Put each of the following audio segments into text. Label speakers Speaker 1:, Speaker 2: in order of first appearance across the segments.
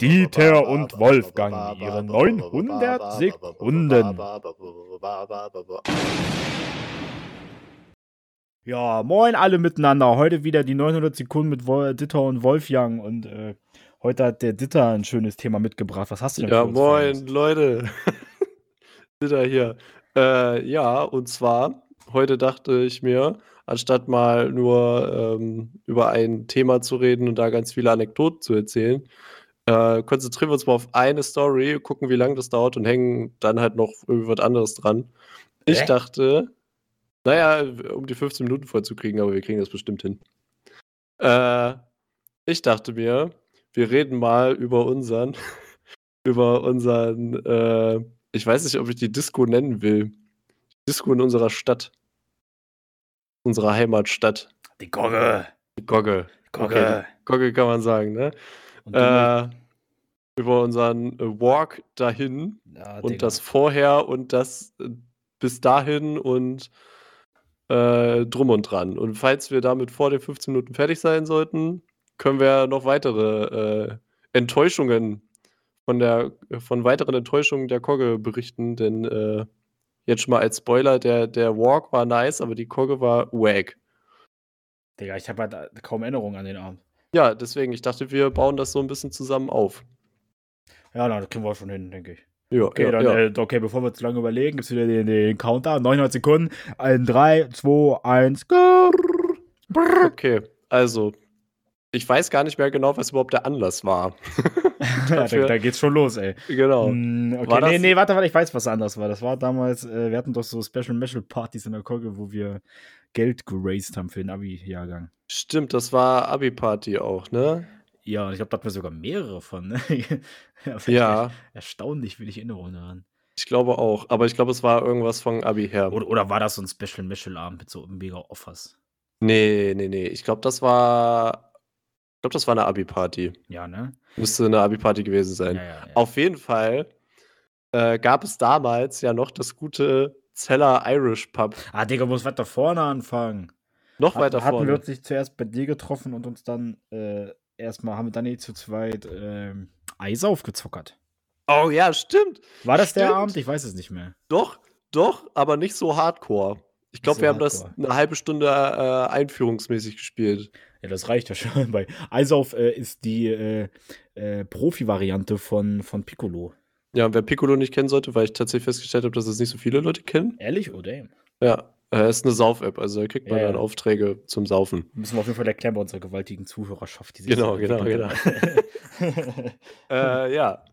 Speaker 1: Dieter und Wolfgang, ihre 900 Sekunden. Ja, moin alle miteinander. Heute wieder die 900 Sekunden mit Wol Dieter und Wolfgang. Und äh, heute hat der Dieter ein schönes Thema mitgebracht. Was hast du denn
Speaker 2: Ja,
Speaker 1: für uns
Speaker 2: moin,
Speaker 1: Freund?
Speaker 2: Leute. Wieder hier. Äh, ja, und zwar, heute dachte ich mir, anstatt mal nur ähm, über ein Thema zu reden und da ganz viele Anekdoten zu erzählen, äh, konzentrieren wir uns mal auf eine Story, gucken, wie lange das dauert und hängen dann halt noch irgendwas anderes dran. Ich
Speaker 1: Hä?
Speaker 2: dachte, naja, um die 15 Minuten vollzukriegen, aber wir kriegen das bestimmt hin. Äh, ich dachte mir, wir reden mal über unseren, über unseren, äh, ich weiß nicht, ob ich die Disco nennen will. Disco in unserer Stadt. Unserer Heimatstadt.
Speaker 1: Die Gogge.
Speaker 2: Gogge.
Speaker 1: Gogge.
Speaker 2: Gogge kann man sagen, ne?
Speaker 1: Und,
Speaker 2: Äh, über unseren äh, Walk dahin und das vorher und das äh, bis dahin und äh, drum und dran. Und falls wir damit vor den 15 Minuten fertig sein sollten, können wir noch weitere äh, Enttäuschungen von der von weiteren Enttäuschungen der Kogge berichten, denn äh, jetzt schon mal als Spoiler, der, der Walk war nice, aber die Kogge war wack.
Speaker 1: Digga, ich habe halt kaum Erinnerungen an den Abend.
Speaker 2: Ja, deswegen, ich dachte, wir bauen das so ein bisschen zusammen auf.
Speaker 1: Ja, na, das kriegen wir schon hin, denke ich.
Speaker 2: Ja,
Speaker 1: Okay,
Speaker 2: ja,
Speaker 1: dann,
Speaker 2: ja.
Speaker 1: Äh, okay, bevor wir zu lange überlegen, gibt's wieder den, den Counter. 900 Sekunden. In 3, 2, 1, go. Brrr.
Speaker 2: Okay, also, ich weiß gar nicht mehr genau, was überhaupt der Anlass war.
Speaker 1: Ja, da,
Speaker 2: Dafür-
Speaker 1: da geht's schon los, ey.
Speaker 2: Genau.
Speaker 1: Mm, okay,
Speaker 2: War das-
Speaker 1: nee, nee, warte, warte, ich weiß, was anders war. Das war damals, äh, wir hatten doch so Special Metal Partys in der Kolge, wo wir Geld geraced haben für den Abi-Jahrgang.
Speaker 2: Stimmt, das war Abi-Party auch, ne?
Speaker 1: Ja, und ich glaube, da hatten wir sogar mehrere von. Ne? ja. vielleicht
Speaker 2: Ja,
Speaker 1: Erstaunlich wenig Erinnerungen daran.
Speaker 2: ich glaube auch. Aber ich glaube, es war irgendwas von Abi her.
Speaker 1: Oder, oder war das so ein Special Metal Abend mit so mega Offers?
Speaker 2: Nee, nee, nee. Ich glaube, das war. Ich glaube, das war eine Abi-Party.
Speaker 1: Ja, ne?
Speaker 2: Müsste eine Abi-Party gewesen sein.
Speaker 1: Ja, ja, ja.
Speaker 2: Auf jeden Fall äh, gab es damals ja noch das gute Zeller Irish Pub.
Speaker 1: Ah, Digga, muss weiter vorne anfangen.
Speaker 2: Noch
Speaker 1: Hat-
Speaker 2: weiter
Speaker 1: hatten wir
Speaker 2: vorne.
Speaker 1: uns nicht zuerst bei dir getroffen und uns dann äh, erstmal haben wir dann eh zu zweit ähm, Eis aufgezockert.
Speaker 2: Oh ja, stimmt.
Speaker 1: War das der
Speaker 2: Stimmt.
Speaker 1: Abend? Ich weiß es nicht mehr.
Speaker 2: Doch, doch, aber nicht so hardcore. Ich glaube,
Speaker 1: so
Speaker 2: wir haben das
Speaker 1: hardcore.
Speaker 2: eine halbe Stunde äh, einführungsmäßig gespielt.
Speaker 1: Ja, das reicht ja schon. Bei Eisauf äh, ist die äh, äh, Profi-Variante von, von Piccolo.
Speaker 2: Ja, und wer Piccolo nicht kennen sollte, weil ich tatsächlich festgestellt habe, dass es nicht so viele Leute kennen.
Speaker 1: Ehrlich? Oh, damn.
Speaker 2: Ja, äh, ist eine Sauf-App, also da kriegt man
Speaker 1: Ja, ja.
Speaker 2: dann Aufträge zum Saufen.
Speaker 1: Müssen wir auf jeden Fall erklären bei unserer gewaltigen Zuhörerschaft. Die
Speaker 2: Genau,
Speaker 1: das
Speaker 2: genau,
Speaker 1: entwickelt hat.
Speaker 2: Äh, ja,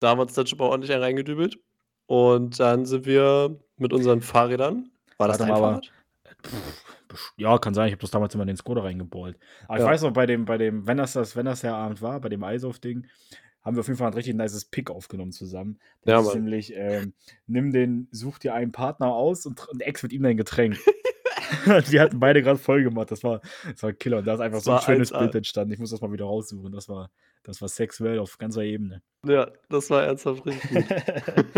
Speaker 2: da haben wir uns dann schon mal ordentlich einen reingedübelt. Und dann sind wir mit unseren Fahrrädern. War das
Speaker 1: Warte
Speaker 2: dein
Speaker 1: mal, aber-
Speaker 2: Fahrrad?
Speaker 1: Best- ja, kann sein. Ich habe das damals immer in den Skoda reingeballt. Aber ich
Speaker 2: Ja.
Speaker 1: weiß noch, bei dem, bei dem, wenn das, das, wenn das der Abend war, bei dem Eisauf-Ding, haben wir auf jeden Fall ein richtig nices Pick aufgenommen zusammen. Das
Speaker 2: Ja,
Speaker 1: ist
Speaker 2: Mann.
Speaker 1: nämlich, ähm, nimm den, such dir einen Partner aus und, tr- und ex mit ihm dein Getränk. Und wir hatten beide gerade voll gemacht. Das war, das war Killer. Und da ist einfach
Speaker 2: Das
Speaker 1: so ein
Speaker 2: war
Speaker 1: schönes
Speaker 2: 1A.
Speaker 1: Bild entstanden. Ich muss das mal wieder raussuchen. Das war, das war sexuell auf ganzer Ebene.
Speaker 2: Ja, das war ernsthaft richtig gut.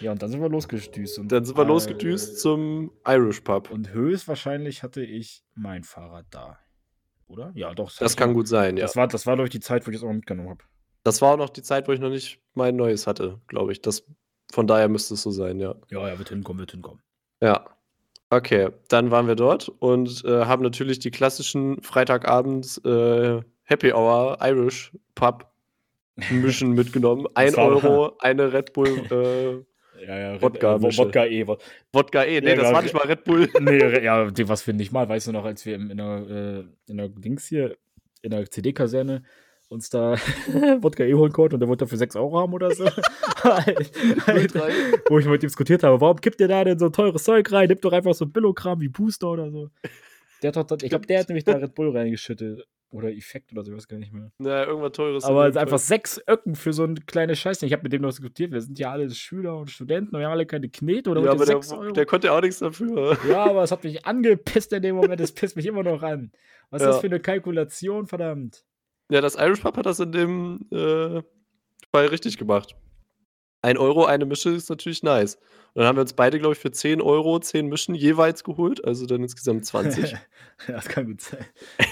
Speaker 1: ja, und dann sind wir losgestüßt. Und,
Speaker 2: Dann sind wir
Speaker 1: äh,
Speaker 2: losgedüst zum Irish Pub.
Speaker 1: Und höchstwahrscheinlich hatte ich mein Fahrrad da. Oder? Ja, doch.
Speaker 2: Das
Speaker 1: hatte
Speaker 2: kann
Speaker 1: ich-
Speaker 2: gut sein, ja.
Speaker 1: Das war, das war durch die Zeit, wo ich das auch mitgenommen habe.
Speaker 2: Das war auch noch die Zeit, wo ich noch nicht mein neues hatte, glaube ich. Das, von daher müsste es so sein, ja.
Speaker 1: Ja, ja, wird hinkommen, wird hinkommen.
Speaker 2: Ja. Okay, dann waren wir dort und äh, haben natürlich die klassischen Freitagabends äh, Happy Hour Irish Pub Mischen mitgenommen. Ein
Speaker 1: Das war aber-
Speaker 2: Euro, eine Red Bull äh,
Speaker 1: Ja, ja, Red-
Speaker 2: Wodka,
Speaker 1: äh,
Speaker 2: Mische.
Speaker 1: Wodka eh. Wod
Speaker 2: Wodka E. Nee,
Speaker 1: Ja,
Speaker 2: das
Speaker 1: genau.
Speaker 2: war nicht mal Red Bull.
Speaker 1: nee, Re- ja, die- was wir nicht mal, weißt du noch, als wir im- in der, äh, in der Dings hier, in der CD-Kaserne uns da Wodka eh holen konnten und der wollte dafür 6 Euro haben oder so. Alter, wo ich mit ihm diskutiert habe, warum kippt ihr da denn so teures Zeug rein? Nimm doch einfach so Billo-Kram wie Booster oder so. Der hat doch, ich glaube, der hat nämlich da Red Bull reingeschüttet. Oder Effekt oder so, ich weiß gar nicht mehr.
Speaker 2: Na, irgendwas teures.
Speaker 1: Aber es
Speaker 2: auf jeden
Speaker 1: sind einfach
Speaker 2: Fall.
Speaker 1: sechs Öcken für so ein kleines Scheißding. Ich habe mit dem noch diskutiert. Wir sind ja alle Schüler und Studenten und wir haben alle keine Knete oder
Speaker 2: ja,
Speaker 1: wollt ihr
Speaker 2: aber
Speaker 1: sechs Euro?
Speaker 2: der, der konnte ja auch nichts dafür.
Speaker 1: ja, aber es hat mich angepisst in dem Moment. Es pisst mich immer noch an. Was ist das
Speaker 2: Ja.
Speaker 1: für eine Kalkulation, verdammt?
Speaker 2: Ja, das Irish Pub hat das in dem äh, Fall richtig gemacht. Ein Euro, eine Mische ist natürlich nice. Und dann haben wir uns beide, glaube ich, für 10 Euro 10 Mischen jeweils geholt, also dann insgesamt 20.
Speaker 1: das kann gut sein.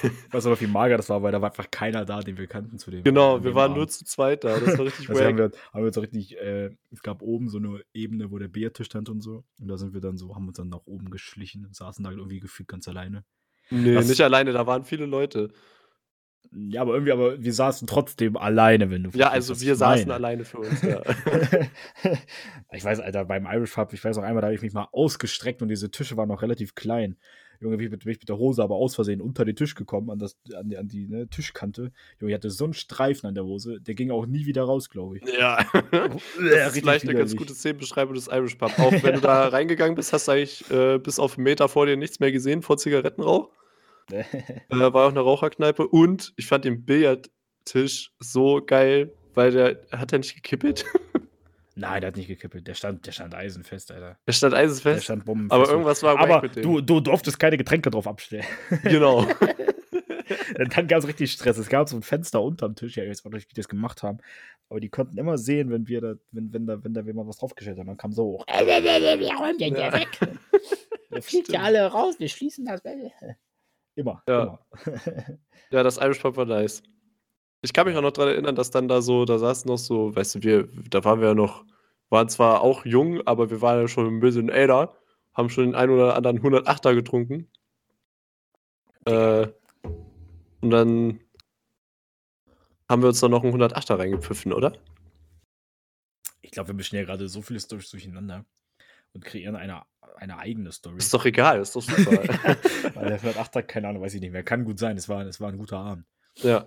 Speaker 1: Ich weiß aber, wie mager das war, weil da war einfach keiner da, den wir kannten zu dem.
Speaker 2: Genau,
Speaker 1: an
Speaker 2: wir
Speaker 1: dem
Speaker 2: waren
Speaker 1: Abend.
Speaker 2: nur zu zweit da. Das war richtig
Speaker 1: Also haben
Speaker 2: wack.
Speaker 1: wir, haben wir uns auch richtig, äh, es gab oben so eine Ebene, wo der Biertisch stand und so. Und da sind wir dann so, haben uns dann nach oben geschlichen und saßen da irgendwie gefühlt ganz alleine.
Speaker 2: Nee,
Speaker 1: Das-
Speaker 2: nicht alleine, da waren viele Leute.
Speaker 1: Ja, aber irgendwie, aber wir saßen trotzdem alleine, wenn du
Speaker 2: Ja,
Speaker 1: verstehst,
Speaker 2: also
Speaker 1: was
Speaker 2: wir
Speaker 1: ich
Speaker 2: saßen
Speaker 1: meine.
Speaker 2: alleine für uns. Ja.
Speaker 1: ich weiß, Alter, beim Irish Pub, ich weiß noch einmal, da habe ich mich mal ausgestreckt und diese Tische waren noch relativ klein. Junge, bin ich mit, bin ich mit der Hose aber aus Versehen unter den Tisch gekommen, an, das, an die, an die ne, Tischkante. Junge, ich hatte so einen Streifen an der Hose, der ging auch nie wieder raus, glaube ich.
Speaker 2: ja.
Speaker 1: Ja,
Speaker 2: Das ist
Speaker 1: richtig
Speaker 2: vielleicht eine ganz
Speaker 1: widerlich.
Speaker 2: gute Szenenbeschreibung des Irish Pub. Auch wenn du da reingegangen bist, hast du eigentlich äh, bis auf einen Meter vor dir nichts mehr gesehen vor Zigarettenrauch. Äh, war auch eine Raucherkneipe. Und ich fand den Billardtisch so geil, weil der hat er nicht gekippelt.
Speaker 1: Nein, der hat nicht gekippelt. Der stand, der stand eisenfest, Alter.
Speaker 2: Er stand
Speaker 1: Der
Speaker 2: eisenfest.
Speaker 1: stand bombenfest.
Speaker 2: aber irgendwas war wack
Speaker 1: aber
Speaker 2: mit dem.
Speaker 1: du, du durftest keine Getränke drauf abstellen.
Speaker 2: Genau.
Speaker 1: Äh, Dann gab es richtig Stress. Es gab so ein Fenster unterm Tisch, ja, ich weiß auch nicht, wie die das gemacht haben. Aber die konnten immer sehen, wenn wir da, wenn, wenn da, wenn da wir mal was draufgestellt haben, dann kam so hoch.
Speaker 3: Wir räumen den
Speaker 2: Ja.
Speaker 3: ja. weg. Ihr fliegt ja
Speaker 2: Stimmt.
Speaker 3: alle raus, wir schließen das.
Speaker 1: Immer.
Speaker 2: Ja.
Speaker 1: immer.
Speaker 2: Ja, das Irish Pub war nice. Ich kann mich auch noch daran erinnern, dass dann da so, da saßen noch so, weißt du, wir, da waren wir ja noch, waren zwar auch jung, aber wir waren ja schon ein bisschen älter, haben schon den einen oder anderen 108er getrunken. Äh, und dann haben wir uns dann noch einen 108er reingepfiffen, oder?
Speaker 1: Ich glaube, wir mischen ja gerade so viele Storys durcheinander und kreieren eine, eine eigene Story.
Speaker 2: Ist doch egal, ist doch super.
Speaker 1: Weil der 108er, keine Ahnung, weiß ich nicht mehr. Kann gut sein, es war, es war ein guter Abend.
Speaker 2: ja.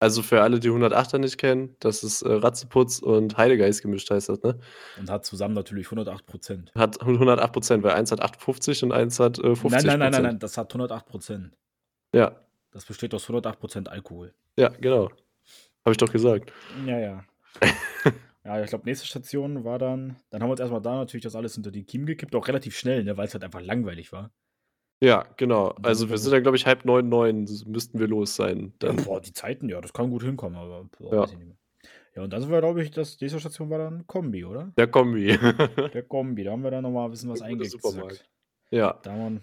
Speaker 2: Also für alle, die 108er nicht kennen, das ist äh, Ratzeputz und Heidegeist gemischt heißt das, ne?
Speaker 1: Und hat zusammen natürlich 108 Prozent.
Speaker 2: Hat 108 Prozent, weil eins hat 58 und eins hat äh, 50
Speaker 1: Nein, nein, nein, nein, nein, das hat 108 Prozent.
Speaker 2: Ja,
Speaker 1: Das besteht aus 108 Prozent Alkohol.
Speaker 2: ja, genau. Habe ich doch gesagt.
Speaker 1: Ja, ja. ja, ich glaube, nächste Station war dann, dann haben wir uns erstmal da natürlich das alles hinter die Kiemen gekippt, auch relativ schnell, ne, weil es halt einfach langweilig war.
Speaker 2: Ja, genau.
Speaker 1: dann
Speaker 2: Also wir
Speaker 1: dann-
Speaker 2: sind ja, glaube ich, halb neun, neun s- müssten wir los sein. Dann.
Speaker 1: Boah, die Zeiten, ja, das kann gut hinkommen, aber boah,
Speaker 2: Ja.
Speaker 1: weiß ich nicht mehr. Ja, und dann sind wir, glaube ich, das nächste Station war dann Kombi, oder?
Speaker 2: Der Kombi.
Speaker 1: Der Kombi, da haben wir dann nochmal ein bisschen was
Speaker 2: Der gute Supermarkt.
Speaker 1: eingekriegt.
Speaker 2: ja,
Speaker 1: Da haben, wir,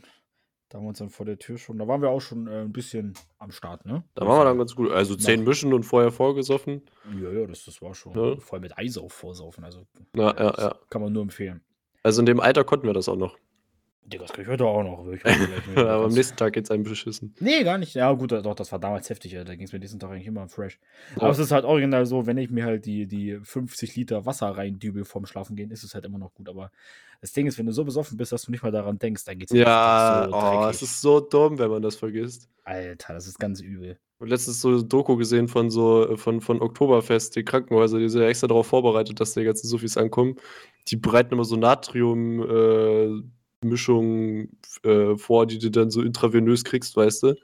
Speaker 1: da haben wir uns dann vor der Tür schon, da waren wir auch schon äh, ein bisschen am Start, ne?
Speaker 2: da waren wir dann ganz gut. Also
Speaker 1: Nach-
Speaker 2: zehn Mischen und vorher vorgesoffen.
Speaker 1: Ja, ja, das, das war schon.
Speaker 2: Ja.
Speaker 1: Voll mit Eis auf vorsaufen, also
Speaker 2: Ja, ja,
Speaker 1: das
Speaker 2: ja.
Speaker 1: kann man nur empfehlen.
Speaker 2: Also in dem Alter konnten wir das auch noch.
Speaker 1: Digga, das kann ich heute auch noch. würd ich auch gleich mit-
Speaker 2: Aber am nächsten Tag geht's einem beschissen.
Speaker 1: Nee, gar nicht. Ja, gut, doch, das war damals heftig, Alter. Da ging es mir diesen Tag eigentlich immer fresh.
Speaker 2: Ja.
Speaker 1: Aber es ist halt original so, wenn ich mir halt die, die 50 Liter Wasser reindübel vorm Schlafen gehen, ist es halt immer noch gut. Aber das Ding ist, wenn du so besoffen bist, dass du nicht mal daran denkst, dann geht's
Speaker 2: Ja,
Speaker 1: so
Speaker 2: oh,
Speaker 1: dreckig.
Speaker 2: es ist so dumm, wenn man das vergisst.
Speaker 1: Alter, das ist ganz übel.
Speaker 2: Und letztens so eine Doku gesehen von so äh, von, von Oktoberfest, die Krankenhäuser, die sind ja extra darauf vorbereitet, dass die ganzen Sufis ankommen. Die bereiten immer so Natrium-Mischungen äh, Mischungen, äh, vor, die du dann so intravenös kriegst, weißt du?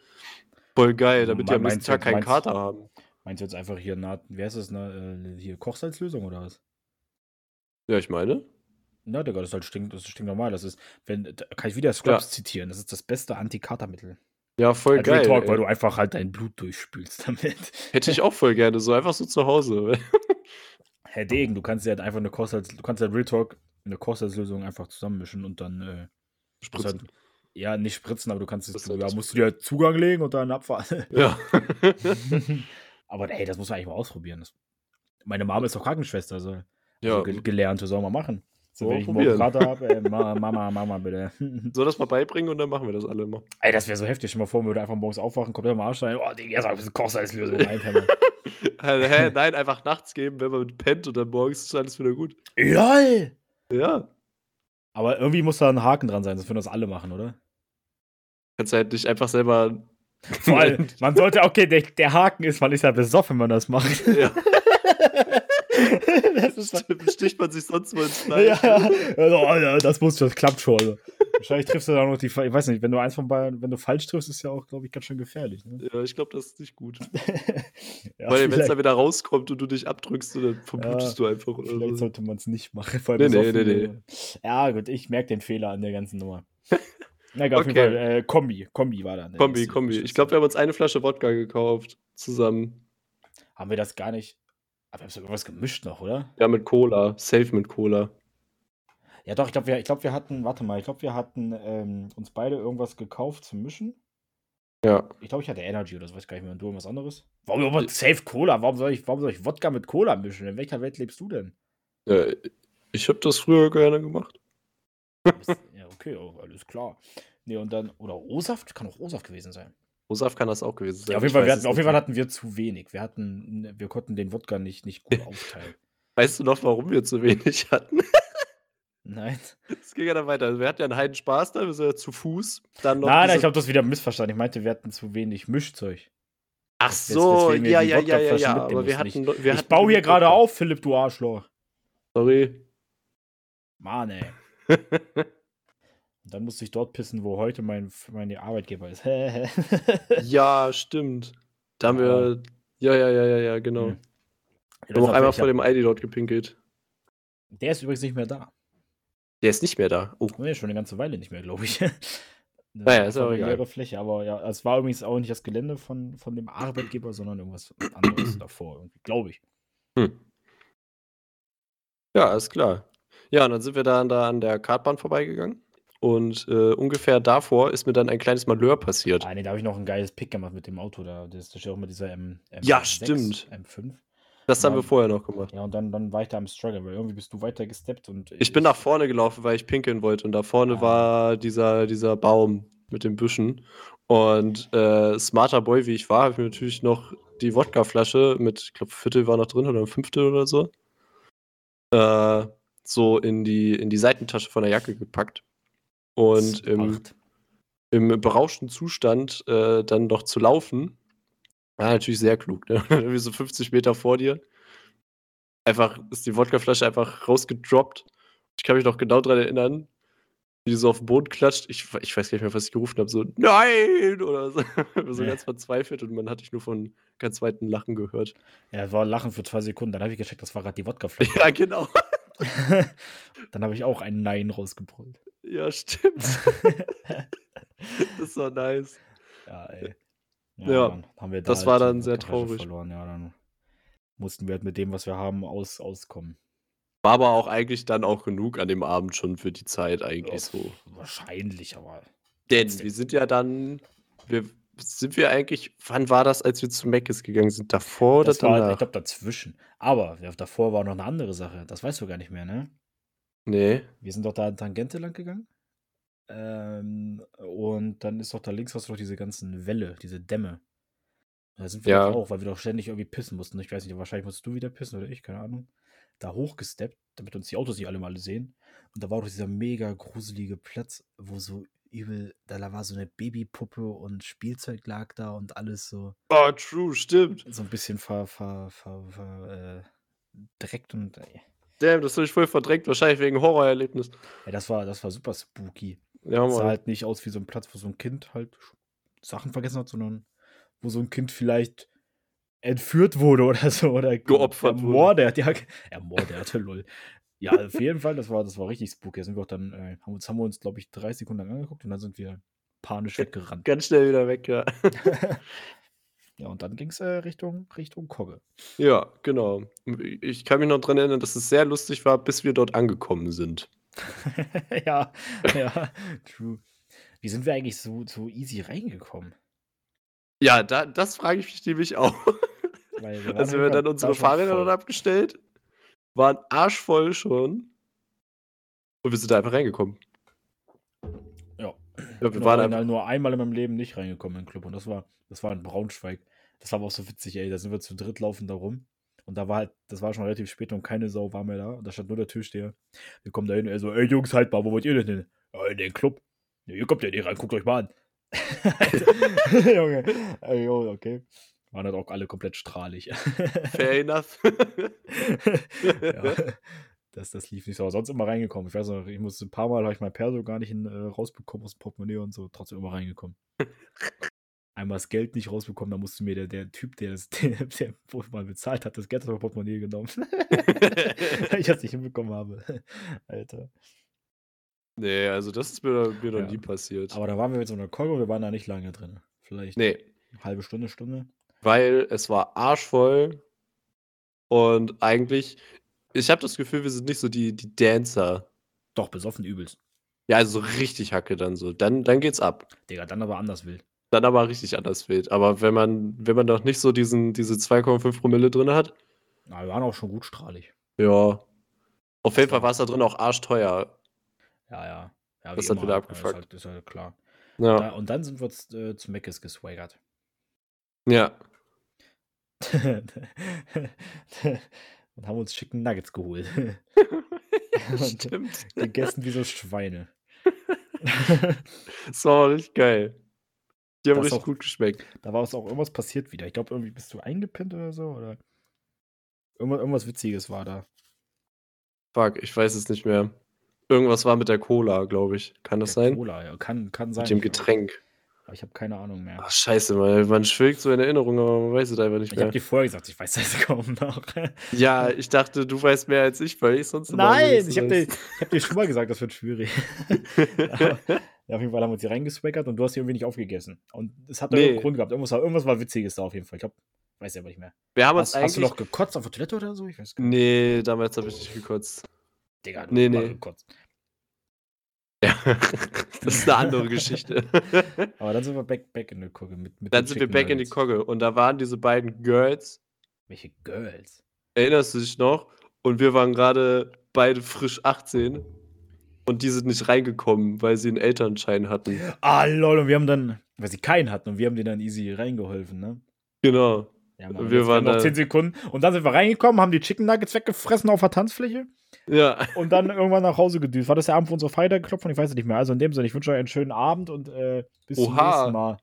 Speaker 2: Voll geil, damit die
Speaker 1: Me-
Speaker 2: am nächsten
Speaker 1: meinst du-
Speaker 2: Tag keinen
Speaker 1: meinst-
Speaker 2: Kater haben.
Speaker 1: Meinst du jetzt einfach hier, na, wer ist das, ne, äh, hier Kochsalzlösung oder was?
Speaker 2: Ja, ich meine.
Speaker 1: Na, Digga, das ist halt stink, das ist stinknormal. Das ist, wenn, da kann ich wieder Scrubs zitieren, das ist das beste Antikatermittel.
Speaker 2: Ja, voll
Speaker 1: Real
Speaker 2: geil.
Speaker 1: Talk, weil
Speaker 2: ey.
Speaker 1: du einfach halt dein Blut durchspülst damit.
Speaker 2: Hätte ich auch voll gerne, so einfach so zu Hause.
Speaker 1: Herr Degen, du kannst dir halt einfach eine Kost als, du kannst halt Real Talk eine Kostsalzlösung einfach zusammenmischen und dann äh, das halt,
Speaker 2: Spritzen.
Speaker 1: ja nicht spritzen, aber du kannst
Speaker 2: Das
Speaker 1: es,
Speaker 2: ist halt
Speaker 1: ja,
Speaker 2: das-
Speaker 1: musst du dir halt Zugang legen und dann abfahren.
Speaker 2: Ja.
Speaker 1: aber ey, das muss man eigentlich mal ausprobieren. Das, meine Mama ist doch Krankenschwester, also, also
Speaker 2: ja.
Speaker 1: ge gelernte soll man machen. So,
Speaker 2: Mal
Speaker 1: wenn ich morgen
Speaker 2: probieren.
Speaker 1: Kater habe, äh, Ma- Mama, Mama, bitte.
Speaker 2: Soll das mal beibringen und dann machen wir das alle mal.
Speaker 1: Ey, das wäre so heftig. Stell dir mal vor, man würde einfach morgens aufwachen, kommt immer Arsch rein. Oh, Digga, jetzt hab ich ein bisschen Kochsalzlösung reinhämmern.
Speaker 2: Hä, hä, Nein, einfach nachts geben, wenn man pennt und dann morgens ist alles wieder gut.
Speaker 1: LOL!
Speaker 2: Ja.
Speaker 1: Aber irgendwie muss da ein Haken dran sein, sonst würden das alle machen, oder?
Speaker 2: Kannst halt nicht einfach selber.
Speaker 1: Vor allem, man sollte, okay, der, der Haken ist, man ist ja besoffen, wenn man das macht.
Speaker 2: Ja,
Speaker 1: das ist
Speaker 2: stimmt, sticht man sich sonst wo ins Fleisch.
Speaker 1: ja, also, Alter, das muss das klappt schon. Also. Wahrscheinlich triffst du da noch die, ich weiß nicht, wenn du eins von beiden, wenn du falsch triffst, ist ja auch, glaube ich, ganz schön gefährlich. Ne?
Speaker 2: Ja, ich glaube, das ist nicht gut.
Speaker 1: Ja,
Speaker 2: Weil, wenn es
Speaker 1: vielleicht,
Speaker 2: dann wieder rauskommt und du dich abdrückst, dann verblutest du einfach. Oder
Speaker 1: vielleicht
Speaker 2: so.
Speaker 1: sollte man es nicht machen. Vor
Speaker 2: Nee, nee,
Speaker 1: besoffen,
Speaker 2: nee,
Speaker 1: äh, Ja, gut, ich merke den Fehler an der ganzen Nummer. Na, egal, auf jeden
Speaker 2: Okay.
Speaker 1: Fall, äh, Kombi, Kombi war da. ne?
Speaker 2: Kombi,
Speaker 1: Das-
Speaker 2: Kombi. Ich glaube, wir haben uns eine Flasche Wodka gekauft. Zusammen.
Speaker 1: haben wir das gar nicht. Aber wir haben sogar was gemischt noch, oder?
Speaker 2: Ja, mit Cola. Safe mit Cola.
Speaker 1: Ja, doch, ich glaube, wir, ich glaub, wir hatten, warte mal, ich glaube, wir hatten ähm, uns beide irgendwas gekauft zum Mischen.
Speaker 2: Ja.
Speaker 1: Ich glaube, ich hatte Energy oder so, weiß gar nicht mehr. Und du irgendwas anderes? Warum
Speaker 2: Äh.
Speaker 1: überhaupt Safe Cola? Warum soll, ich, warum soll ich Wodka mit Cola mischen? In welcher Welt lebst du denn?
Speaker 2: ja äh, ich habe das früher gerne gemacht.
Speaker 1: ja, okay, oh, alles klar. Nee, und dann, oder O-Saft? Kann auch O-Saft gewesen sein.
Speaker 2: Rosaf kann das auch gewesen sein.
Speaker 1: Ja, auf jeden, Fall,
Speaker 2: Ich
Speaker 1: wir
Speaker 2: weiß
Speaker 1: hatten,
Speaker 2: es
Speaker 1: auf jeden
Speaker 2: nicht
Speaker 1: Fall hatten wir zu wenig. Wir, hatten, ne, wir konnten den Wodka nicht, nicht gut aufteilen.
Speaker 2: mehr. Weißt du noch, warum wir zu wenig hatten?
Speaker 1: Nein.
Speaker 2: Es ging ja dann weiter. Also Wir hatten ja einen heiden Spaß da, wir sind ja zu Fuß. Dann noch
Speaker 1: Nein,
Speaker 2: diese-
Speaker 1: nein, ich habe das wieder missverstanden. Ich meinte, wir hatten zu wenig Mischzeug.
Speaker 2: Ach so,
Speaker 1: weswegen wir
Speaker 2: ja,
Speaker 1: die
Speaker 2: ja, ja, ja,
Speaker 1: Wodkaflaschen
Speaker 2: ja.
Speaker 1: mitnehmen
Speaker 2: Aber wir
Speaker 1: mussten.
Speaker 2: hatten, wir
Speaker 1: ich
Speaker 2: hatten
Speaker 1: baue hier
Speaker 2: genug
Speaker 1: gerade
Speaker 2: Wodka.
Speaker 1: auf, Philipp, du Arschloch.
Speaker 2: Sorry.
Speaker 1: Mann, ey. Und dann musste ich dort pissen, wo heute mein, mein Arbeitgeber ist.
Speaker 2: ja, stimmt. Da haben wir. Ja, ja, ja, ja, ja, genau.
Speaker 1: Mhm.
Speaker 2: Wir haben auch einmal vor dem ID dort gepinkelt.
Speaker 1: Der ist übrigens nicht mehr da.
Speaker 2: Der ist nicht mehr da. Oh.
Speaker 1: Nee, schon eine ganze Weile nicht mehr, glaube ich.
Speaker 2: Naja, ist
Speaker 1: Einfach
Speaker 2: auch
Speaker 1: eine
Speaker 2: egal.
Speaker 1: leere Fläche, aber ja, es war übrigens auch nicht das Gelände von, von dem Arbeitgeber, sondern irgendwas anderes davor, irgendwie, glaube ich.
Speaker 2: Hm. Ja, ist klar. Ja, und dann sind wir dann da an der Kartbahn vorbeigegangen. Und äh, ungefähr davor ist mir dann ein kleines Malheur passiert.
Speaker 1: Ah, nee, da habe ich noch ein geiles Pick gemacht mit dem Auto da. Das ist ja auch mit dieser M, M
Speaker 2: Ja,
Speaker 1: M6,
Speaker 2: stimmt.
Speaker 1: M5.
Speaker 2: Das haben
Speaker 1: Ja.
Speaker 2: wir vorher noch gemacht.
Speaker 1: Ja, und dann, dann war ich da am Struggle, weil irgendwie bist du weiter gesteppt und.
Speaker 2: Ich bin nach vorne gelaufen, weil ich pinkeln wollte. Und da vorne
Speaker 1: Ah.
Speaker 2: war dieser, dieser Baum mit den Büschen. Und äh, smarter Boy, wie ich war, habe ich mir natürlich noch die Wodkaflasche mit, ich glaube, Viertel war noch drin oder ein Fünftel oder so, äh, so in die, in die Seitentasche von der Jacke gepackt. Und im,
Speaker 1: Acht.
Speaker 2: im berauschten Zustand äh, dann noch zu laufen, war natürlich sehr klug. Ne? Irgendwie so 50 Meter vor dir. Einfach ist die Wodkaflasche einfach rausgedroppt. Ich kann mich noch genau dran erinnern, wie die so auf den Boden klatscht. Ich, we- ich weiß gar nicht mehr, was ich gerufen habe. So, nein! Oder so. so
Speaker 1: Ja.
Speaker 2: ganz verzweifelt und man hatte ich nur von ganz weiten Lachen gehört.
Speaker 1: Ja, war Lachen für zwei Sekunden. Dann habe ich gecheckt, das war gerade die Wodkaflasche.
Speaker 2: Ja, genau.
Speaker 1: dann habe ich auch ein Nein rausgebrüllt.
Speaker 2: Ja, stimmt. Das war nice.
Speaker 1: Ja, ey.
Speaker 2: Ja,
Speaker 1: dann haben wir da
Speaker 2: das war
Speaker 1: die
Speaker 2: dann sehr
Speaker 1: Wodkaflasche
Speaker 2: traurig.
Speaker 1: Verloren. Ja, dann mussten wir halt mit dem, was wir haben, aus, auskommen.
Speaker 2: War aber auch eigentlich dann auch genug an dem Abend schon für die Zeit eigentlich
Speaker 1: Ja,
Speaker 2: so.
Speaker 1: Wahrscheinlich, aber.
Speaker 2: Denn
Speaker 1: Trotzdem.
Speaker 2: wir sind ja dann, wir, sind wir eigentlich, wann war das, als wir zu Meckes gegangen sind? Davor
Speaker 1: das
Speaker 2: oder
Speaker 1: war, halt
Speaker 2: danach?
Speaker 1: ich glaube, dazwischen. Aber ja, davor war noch eine andere Sache. Das weißt du gar nicht mehr, ne?
Speaker 2: nee.
Speaker 1: Wir sind doch da an Tangente lang gegangen. Ähm, und dann ist doch da links hast du doch diese ganzen Wälle, diese Dämme. Und Da sind wir
Speaker 2: Ja.
Speaker 1: doch auch, weil wir doch ständig irgendwie pissen mussten. Ich weiß nicht, wahrscheinlich musst du wieder pissen oder ich, keine Ahnung. Da hochgesteppt, damit uns die Autos nicht alle mal sehen. Und da war doch dieser mega gruselige Platz, wo so übel, da war so eine Babypuppe und Spielzeug lag da und alles so,
Speaker 2: Oh, true, stimmt.
Speaker 1: so ein bisschen ver, ver, ver, ver äh, direkt und äh,
Speaker 2: Damn, das habe ich voll verdrängt, wahrscheinlich wegen Horrorerlebnis.
Speaker 1: ja, das war, das war super spooky.
Speaker 2: Ja,
Speaker 1: sah
Speaker 2: Mann.
Speaker 1: halt nicht aus wie so ein Platz, wo so ein Kind halt sch- Sachen vergessen hat, sondern wo so ein Kind vielleicht entführt wurde oder so oder
Speaker 2: Geopfert wurde.
Speaker 1: ermordet, ja, ge- ermordet, lol. Ja, auf jeden Fall, das war, das war richtig spooky. Da sind wir auch dann, äh, haben uns, haben wir uns, glaube ich, drei Sekunden lang angeguckt und dann sind wir panisch weggerannt.
Speaker 2: Ganz schnell wieder weg, ja.
Speaker 1: ja, und dann ging es äh, Richtung, Richtung Kogge.
Speaker 2: Ja, genau. Ich kann mich noch dran erinnern, dass es sehr lustig war, bis wir dort angekommen sind.
Speaker 1: ja, ja, true. Wie sind wir eigentlich so, so easy reingekommen?
Speaker 2: Ja, da, das frage ich mich nämlich auch.
Speaker 1: Weil waren
Speaker 2: Also
Speaker 1: auf jeden
Speaker 2: wir haben
Speaker 1: Fall
Speaker 2: dann
Speaker 1: da
Speaker 2: unsere
Speaker 1: schon
Speaker 2: Fahrräder
Speaker 1: voll.
Speaker 2: dort abgestellt, waren arschvoll schon. Und wir sind da einfach reingekommen.
Speaker 1: Ja.
Speaker 2: ja
Speaker 1: Ich
Speaker 2: wir
Speaker 1: bin waren
Speaker 2: waren einfach,
Speaker 1: original nur einmal in meinem Leben nicht reingekommen in den Club und das war, das war in Braunschweig. Das war aber auch so witzig, ey. Da sind wir zu dritt laufen da rum. Und da war halt, das war schon relativ spät und keine Sau war mehr da. Und da stand nur der Türsteher. Wir kommen da hin, er so, ey Jungs, halt mal, wo wollt ihr denn hin? Ja, in den Club. Ja, ihr kommt ja nicht rein, guckt euch mal an. Junge. Ey, jo, okay. Waren halt auch alle komplett strahlig.
Speaker 2: fair enough.
Speaker 1: ja. Das, das lief nicht so. Aber sonst immer reingekommen. Ich weiß noch, ich musste ein paar Mal, habe ich mein Perso gar nicht hin, äh, rausbekommen aus dem Portemonnaie und so. Trotzdem immer reingekommen. Einmal das Geld nicht rausbekommen, da musste mir der, der Typ, der das der, der wo mal bezahlt hat, das Geld aus dem Portemonnaie genommen. Weil ich das nicht hinbekommen habe. Alter.
Speaker 2: nee, also das ist mir, mir noch
Speaker 1: Ja.
Speaker 2: nie passiert.
Speaker 1: Aber da waren wir mit so einer Kolgo, wir waren da nicht lange drin. Vielleicht
Speaker 2: nee,
Speaker 1: eine halbe Stunde, Stunde.
Speaker 2: weil es war arschvoll. Und eigentlich, ich habe das Gefühl, wir sind nicht so die, die Dancer.
Speaker 1: Doch, besoffen übelst.
Speaker 2: Ja, also so richtig Hacke dann so. Dann, dann geht's ab.
Speaker 1: Digga, dann aber anders wild.
Speaker 2: Dann aber richtig anders wild. Aber wenn man, wenn man noch nicht so diesen, diese 2,5 Promille drin hat,
Speaker 1: Na, wir waren auch schon gut strahlig.
Speaker 2: ja. Auf jeden Fall war es da drin auch arschteuer.
Speaker 1: Ja, ja. ja
Speaker 2: Das
Speaker 1: wie
Speaker 2: hat
Speaker 1: immer.
Speaker 2: wieder
Speaker 1: Ja,
Speaker 2: abgefuckt.
Speaker 1: Ist halt, ist halt klar. Da,
Speaker 2: Ja.
Speaker 1: und dann sind wir z- äh, zu Meckes geswaggert.
Speaker 2: Ja.
Speaker 1: und haben uns Chicken Nuggets geholt. und
Speaker 2: Stimmt.
Speaker 1: gegessen wie so Schweine.
Speaker 2: Das war aber richtig geil. Die haben
Speaker 1: Das
Speaker 2: richtig
Speaker 1: auch-
Speaker 2: gut geschmeckt.
Speaker 1: Da war uns auch irgendwas passiert wieder. Ich glaube, irgendwie bist du eingepinnt oder so. Oder irgendwas, irgendwas Witziges war da.
Speaker 2: Fuck, ich weiß es nicht mehr. Irgendwas war mit der Cola, glaube ich. Kann das
Speaker 1: Der
Speaker 2: sein?
Speaker 1: Cola, ja. Kann, kann sein.
Speaker 2: Mit dem
Speaker 1: Ich-
Speaker 2: Getränk.
Speaker 1: aber Ich habe keine Ahnung mehr.
Speaker 2: Ach, scheiße, man, man schwelgt so in Erinnerung, aber man weiß es einfach nicht
Speaker 1: ich habe
Speaker 2: mehr.
Speaker 1: dir vorher gesagt, ich weiß das kaum noch.
Speaker 2: ja, ich dachte, du weißt mehr als ich, weil ich sonst immer am
Speaker 1: Nein,
Speaker 2: wenigsten
Speaker 1: ich habe dir,
Speaker 2: weiß.
Speaker 1: ich hab dir schon mal gesagt, das wird schwierig. Aber- ja, auf jeden Fall haben wir uns hier reingeswaggert und du hast hier irgendwie nicht aufgegessen. Und es hat doch
Speaker 2: Nee.
Speaker 1: irgendeinen Grund gehabt. Irgendwas war, irgendwas war Witziges da auf jeden Fall. Ich hab, weiß ja aber nicht mehr.
Speaker 2: Wir haben uns
Speaker 1: Hast,
Speaker 2: eigentlich.
Speaker 1: hast du noch gekotzt auf der Toilette oder so? Ich weiß gar nicht.
Speaker 2: nee, damals habe ich nicht gekotzt.
Speaker 1: Digga, du
Speaker 2: Nee,
Speaker 1: hast immer
Speaker 2: nee.
Speaker 1: gekotzt.
Speaker 2: das ist eine andere Geschichte.
Speaker 1: Aber dann sind wir back, back in the Kugge mit, mit
Speaker 2: Dann
Speaker 1: den
Speaker 2: sind wir
Speaker 1: Chicken
Speaker 2: back in die
Speaker 1: Nuggets.
Speaker 2: Kogge und da waren diese beiden Girls,
Speaker 1: Welche Girls?
Speaker 2: erinnerst du dich noch? Und wir waren gerade beide frisch 18 und die sind nicht reingekommen, weil sie einen Elternschein hatten.
Speaker 1: Ah, lol, und wir haben dann, weil sie keinen hatten und wir haben denen dann easy reingeholfen, ne?
Speaker 2: Genau.
Speaker 1: Ja, Mann, und
Speaker 2: Wir
Speaker 1: jetzt
Speaker 2: waren
Speaker 1: noch
Speaker 2: da-
Speaker 1: 10 Sekunden und dann sind wir reingekommen, haben die Chicken Nuggets weggefressen auf der Tanzfläche
Speaker 2: Ja.
Speaker 1: und dann irgendwann nach Hause gedüst. War das der Abend, wo unsere Feier geklopft und ich weiß es nicht mehr. Also in dem Sinne, ich wünsche euch einen schönen Abend und äh, bis zum
Speaker 2: Oha.
Speaker 1: nächsten Mal.